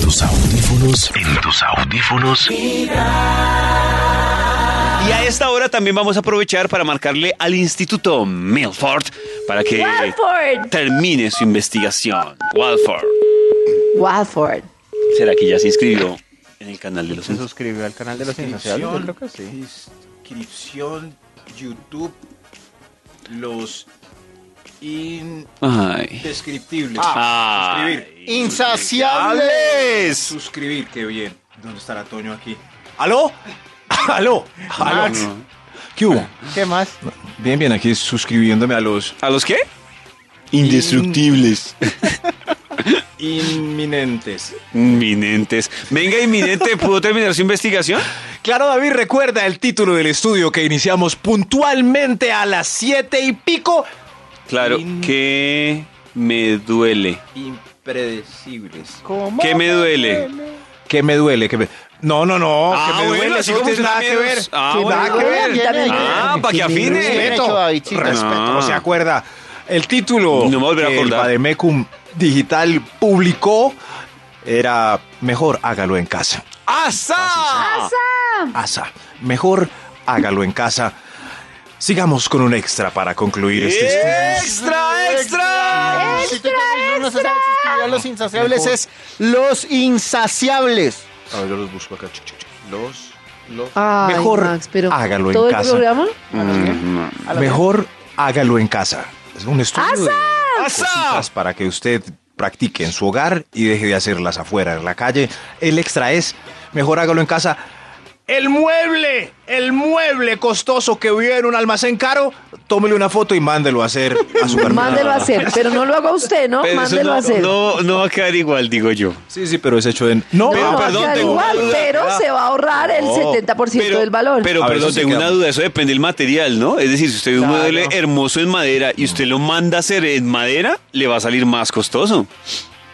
tus audífonos, en tus audífonos. Y a esta hora también vamos a aprovechar para marcarle al Instituto Milford para que Eh, Walford. termine su investigación. Walford. Walford. ¿Será que ya se inscribió en el canal de los Se censos? suscribió al canal de los insaciables, yo creo que sí. Inscripción, YouTube, los Ay. indescriptibles. Ah. Ay. suscribir. ¡Insaciables! Suscribir, qué bien. ¿Dónde estará Toño aquí? ¿Aló? ¿Aló? Max, ¿Qué hubo? ¿qué más? Bien, bien, aquí suscribiéndome a los ¿A los qué? indestructibles. Inminentes. Inminentes. Venga, inminente, ¿pudo terminar su investigación? Claro, David, recuerda el título del estudio que iniciamos puntualmente a las siete y pico. Claro. In- ¿Qué me duele? Impredecibles. ¿Cómo? ¿Qué me duele? ¿Qué me duele? ¿Qué me... No, no, no. Ah, que me bueno, duele. así Si no tienes funciona nada que menos. ver. Ah, Sí, bueno. nada que Bien, ver. ya me Ah, para que afine. Respeto, Davidcito. respeto, No. ¿se acuerda? El título Ah. No me volveré a que el acordar. Bademecum Digital publicó era Mejor hágalo en casa. ¡Asa! Asa, mejor hágalo en casa. Sigamos con un extra para concluir este estudio. ¡Extra, extra! Si tú también no nos has suscribido a los insaciables es los insaciables. A ver, Ah, yo los busco acá. Los, los. Ay, Mejor Max, pero hágalo en ¿Todo el casa. programa? Mejor hágalo en casa. Es un estudio de ¡Asa! cositas para que usted practique en su hogar y deje de hacerlas afuera en la calle. El extra es mejor hágalo en casa. El mueble, el mueble costoso que vive en un almacén caro, tómele una foto y mándelo a hacer a su Mándelo a hacer, pero no lo haga usted, ¿no? Pero eso Mándelo a no, hacer. no, no va a quedar igual, digo yo. Sí, sí, pero es hecho en No, No, Pero, va a perdón, quedar tengo igual, una duda. pero se va a ahorrar el 70% del valor. Pero, A ver, perdón, eso sí tengo que una vamos. duda, eso depende del material, ¿no? Es decir, si usted ve un modelo hermoso en madera y usted lo manda a hacer en madera, le va a salir más costoso.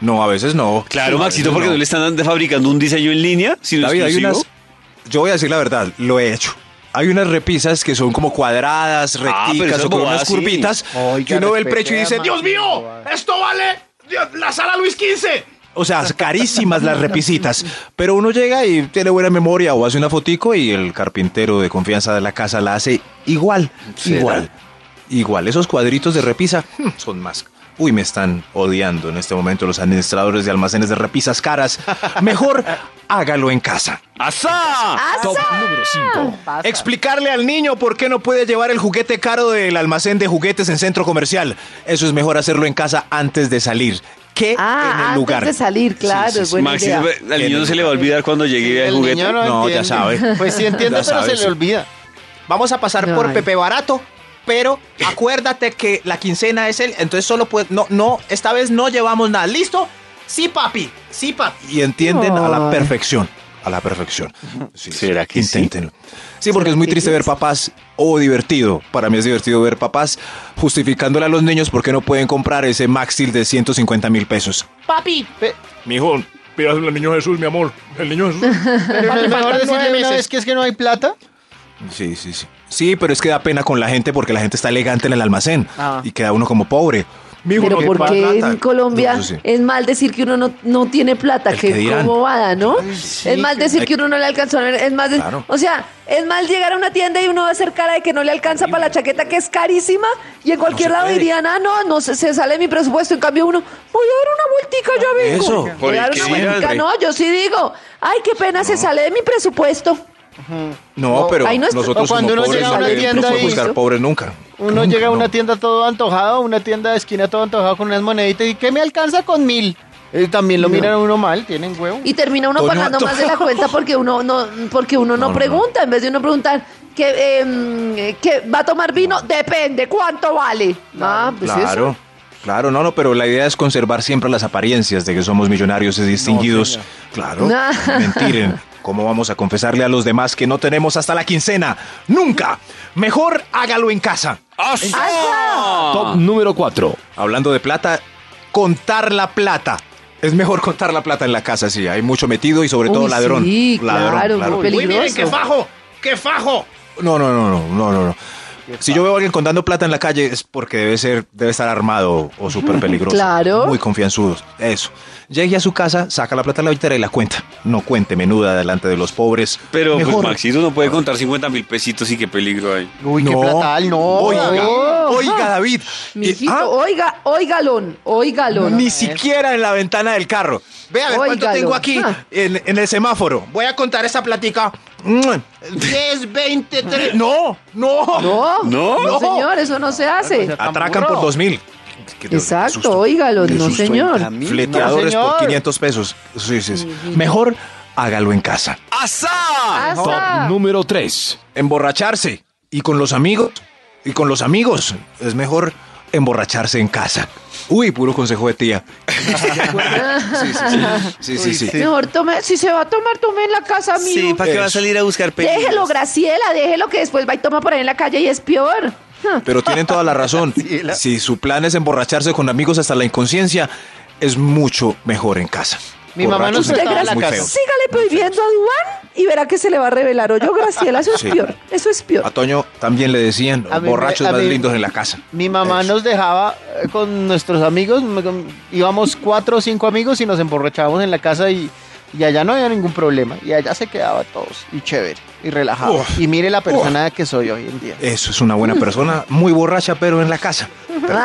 No, a veces no. Claro, A Maxito, veces porque no. le están fabricando un diseño en línea, sino David, hay exclusivo. unas. Yo voy a decir la verdad, lo he hecho. Hay unas repisas que son como cuadradas, Ah, pero recticas esas o con unas bobadas, sí. curvitas. Oiga, y uno ve el respete precio y a dice, ¡Dios Maxito, mío! vale. ¡Esto vale! Dios, ¡La sala Luis XV! O sea, carísimas las repisitas. Pero uno llega y tiene buena memoria o hace una fotico y el carpintero de confianza de la casa la hace igual. Igual. Igual. Esos cuadritos de repisa hmm, son más. Uy, me están odiando en este momento los administradores de almacenes de repisas caras. Mejor hágalo en casa. ¡Asa! ¡Asa! Pasa. Explicarle al niño por qué no puede llevar el juguete caro del almacén de juguetes en centro comercial. Eso es mejor hacerlo en casa antes de salir que Ah, en el antes lugar. de salir, claro, es buena Maxi, idea. al niño no se le va a olvidar cuando llegue al El juguete. niño No, ya entiende. sabe. Pues sí entiende, Ya pero sabe, se sí. le olvida. Vamos a pasar Ay. por Pepe Barato, pero acuérdate que la quincena es él, entonces solo puede no no, esta vez no llevamos nada, ¿listo? Sí, papi. Sí, papi. Y entienden a la Ay. perfección. A la perfección. Sí, ¿Será que sí? Inténtenlo. Sí, porque es muy triste ver papás o divertido. Para mí es divertido ver papás justificándole a los niños por qué no pueden comprar ese maxil de 150 mil pesos. Papi. Pe- Mijo, pídaselo al niño Jesús, mi amor. El niño Jesús. pero no es mejor decirle una vez que es que no hay plata. Sí, sí, sí. Sí, pero es que da pena con la gente porque la gente está elegante en el almacén Ah. y queda uno como pobre. Mijo, Pero no ¿por tiene qué plata. en Colombia No, eso sí. es mal decir que uno no, no tiene plata? El Que que dirán. como bada, ¿no? sí, es mal que- decir que uno no le alcanzó. a ver, Es más de- Claro. O sea, es mal llegar a una tienda y uno va a hacer cara de que no le alcanza para la chaqueta que es carísima y en cualquier se lado puede. dirían, ah, no, no se, se sale mi presupuesto. En cambio uno, voy a dar una vueltica, ya vengo. eso. Voy a dar Porque una sí, vueltica. André. No, yo sí digo, ay, qué pena, se sale de mi presupuesto. No, pero ahí no es- nosotros o cuando como uno pobres llega a una no tienda podemos y- buscar pobres nunca. Uno Nunca, llega a una no. tienda todo antojado, una tienda de esquina todo antojado con unas moneditas y ¿qué me alcanza con mil? Eh, también lo miran a uno mal, tienen huevo. Y termina uno Toño, pagando to- más de la cuenta porque uno no, porque uno no, No, no, pregunta. En vez de uno preguntar que, em, va a tomar vino, depende, ¿cuánto vale? ah, pues eso. Claro, claro, no, no, pero la idea es conservar siempre las apariencias de que somos millonarios y distinguidos. claro, No. mentiren. ¿Cómo vamos a confesarle a los demás que no tenemos hasta la quincena? ¡Nunca! Mejor hágalo en casa. ¡Asa! ¡Asa! número 4. Ah. Hablando de plata, contar la plata. Es mejor contar la plata en la casa, sí. Hay mucho metido y sobre todo Uy, ladrón. sí, ladrón, claro, ladrón. muy peligroso. No, no, no, no, no, no, no. Si yo veo a alguien contando plata en la calle es porque debe ser, debe estar armado o súper peligroso. Claro. Muy confianzudos. Eso. Llegue a su casa, saca la plata de la billetera y la cuenta. No cuente menuda delante de los pobres. Pero pues, Mejor. Maxito no puede contar 50 mil pesitos y qué peligro hay. Uy, qué platal, no. Oiga, No. oiga, David. Mijito, Ah, oiga, oigalón, oigalón. Ni siquiera en la ventana del carro. Ve a ver cuánto Óigalo. tengo aquí Ah. en, en el semáforo. Voy a contar esa platica. Mm, 10, 20, 30. No, no. No, No. señor, eso no se hace. Atracan por dos mil. Qué- qué Exacto, susto. óigalo, Qué no susto. señor. Camilo. Fleteadores No, por señor. 500 pesos. Sí, sí, sí. Mejor hágalo en casa. ¡Asa! Asa. número 3. Emborracharse y con los amigos. Y con los amigos. Es mejor emborracharse en casa. Uy, puro consejo de tía. Sí, sí, sí. Sí, sí, sí. Mejor tome, si se va a tomar, tome en la casa, amigo. Sí, ¿para qué va a Eso. salir a buscar peligros? déjelo, Graciela, déjelo que después va y toma por ahí en la calle y es peor. Ja. Pero tienen toda la razón. Si su plan es emborracharse con amigos hasta la inconsciencia, es mucho mejor en casa. Mi mamá no Borrachos se en Usted, Está en casa es la muy Graciela, casa. feo. sígale prohibiendo a Duan y verá que se le va a revelar. Oye, Graciela, eso es Sí. peor, eso es A peor. Toño también le decían, A los mí me- borrachos a más mí- lindos en la casa. Mi mamá Eso. nos dejaba eh, con nuestros amigos, me- con- íbamos cuatro o cinco amigos y nos emborrachábamos en la casa y, y allá no había ningún problema. Y allá se quedaba todos, y chévere, y relajado. Uf. Eh. y mire la persona que soy hoy en día. Eso es una buena persona, muy borracha, pero en la casa. Pero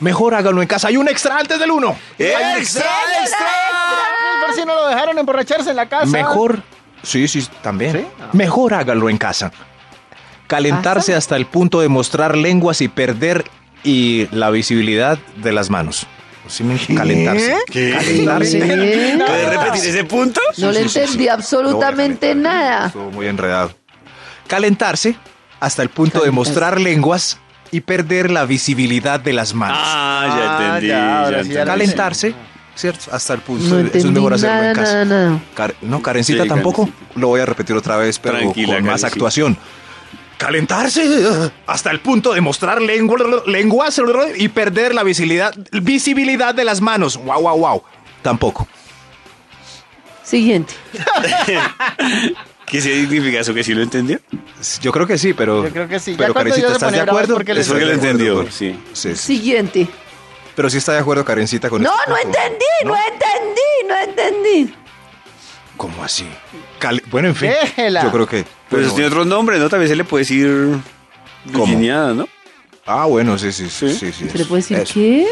mejor hágalo en casa. Hay un extra antes del uno. Eh, ¡Extra, extra! Por si no lo dejaron emborracharse en la casa. Mejor, sí, sí, también. ¿Sí? Ah. Mejor hágalo en casa. Calentarse hasta el punto de mostrar lenguas y perder y la visibilidad de las manos. Pues Sí, me- Calentarse. ¿Qué? Calentarse. ¿Qué? ¿Puedes repetir ese punto? No le entendí absolutamente No voy a calentar, nada. Estuvo muy enredado. Calentarse hasta el punto de mostrar lenguas y perder la visibilidad de las manos. Ah, ya Ah, entendí. ya, ya ahora sí, entendí. ya la hice. Calentarse, ¿cierto? Hasta el punto No de- Eso es entendí mejor hacerlo nada, en casa. nada, nada. Car- no, Karencita Sí, tampoco. Lo voy a repetir otra vez, pero Tranquila, con más Karencita. actuación. Calentarse eh, hasta el punto de mostrar lengua- lenguas y perder la visibilidad, visibilidad de las manos. Wow, wow, wow. Tampoco. Siguiente. ¿Qué significa eso? ¿Que sí lo entendió? Yo creo que sí, pero. Yo creo que sí. Ya Pero cuando Karencita, ya se ¿estás pone de brava es acuerdo? porque le- Eso Eso fue que lo de acuerdo, entendió, bueno. sí. Sí, sí. Siguiente. Pero sí está de acuerdo, Karencita, con No, este no punto. entendí, no entendí, no entendí. ¿Cómo así? Cal- bueno, en fin. Déjela. Yo creo que. Pero bueno, eso Pues tiene otro nombre, ¿no? También se le puede decir... ¿Cómo? Virginiada, ¿no? Ah, bueno, sí, sí, sí. Sí. sí, sí, ¿Se le puede decir eso. qué?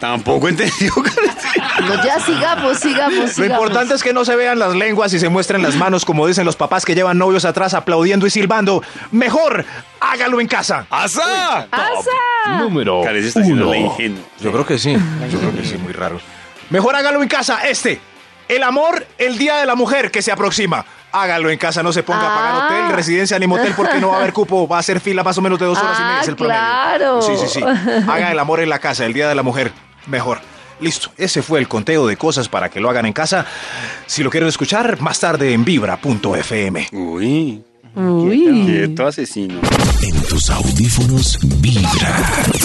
Tampoco entendió. Karencita. No, ya sigamos, sigamos, sigamos. Lo importante es que no se vean las lenguas y se muestren las manos, como dicen los papás que llevan novios atrás aplaudiendo y silbando. Mejor, hágalo en casa. ¡Asa! ¡Asa! Número Karencita está haciendo la 1. ingenua. Yo creo que sí. Yo creo que sí, muy raro. Mejor hágalo en casa, este. El amor, el día de la mujer que se aproxima. Hágalo en casa, no se ponga a Ah. pagar hotel, residencia ni motel porque no va a haber cupo. Va a ser fila más o menos de dos horas y media. Ah, es el promedio. claro. Sí, sí, sí. Haga el amor en la casa, el día de la mujer. Mejor. Listo. Ese fue el conteo de cosas para que lo hagan en casa. Si lo quieren escuchar, más tarde en vibra.fm. Uy, Uy. quieto asesino. En tus audífonos vibra.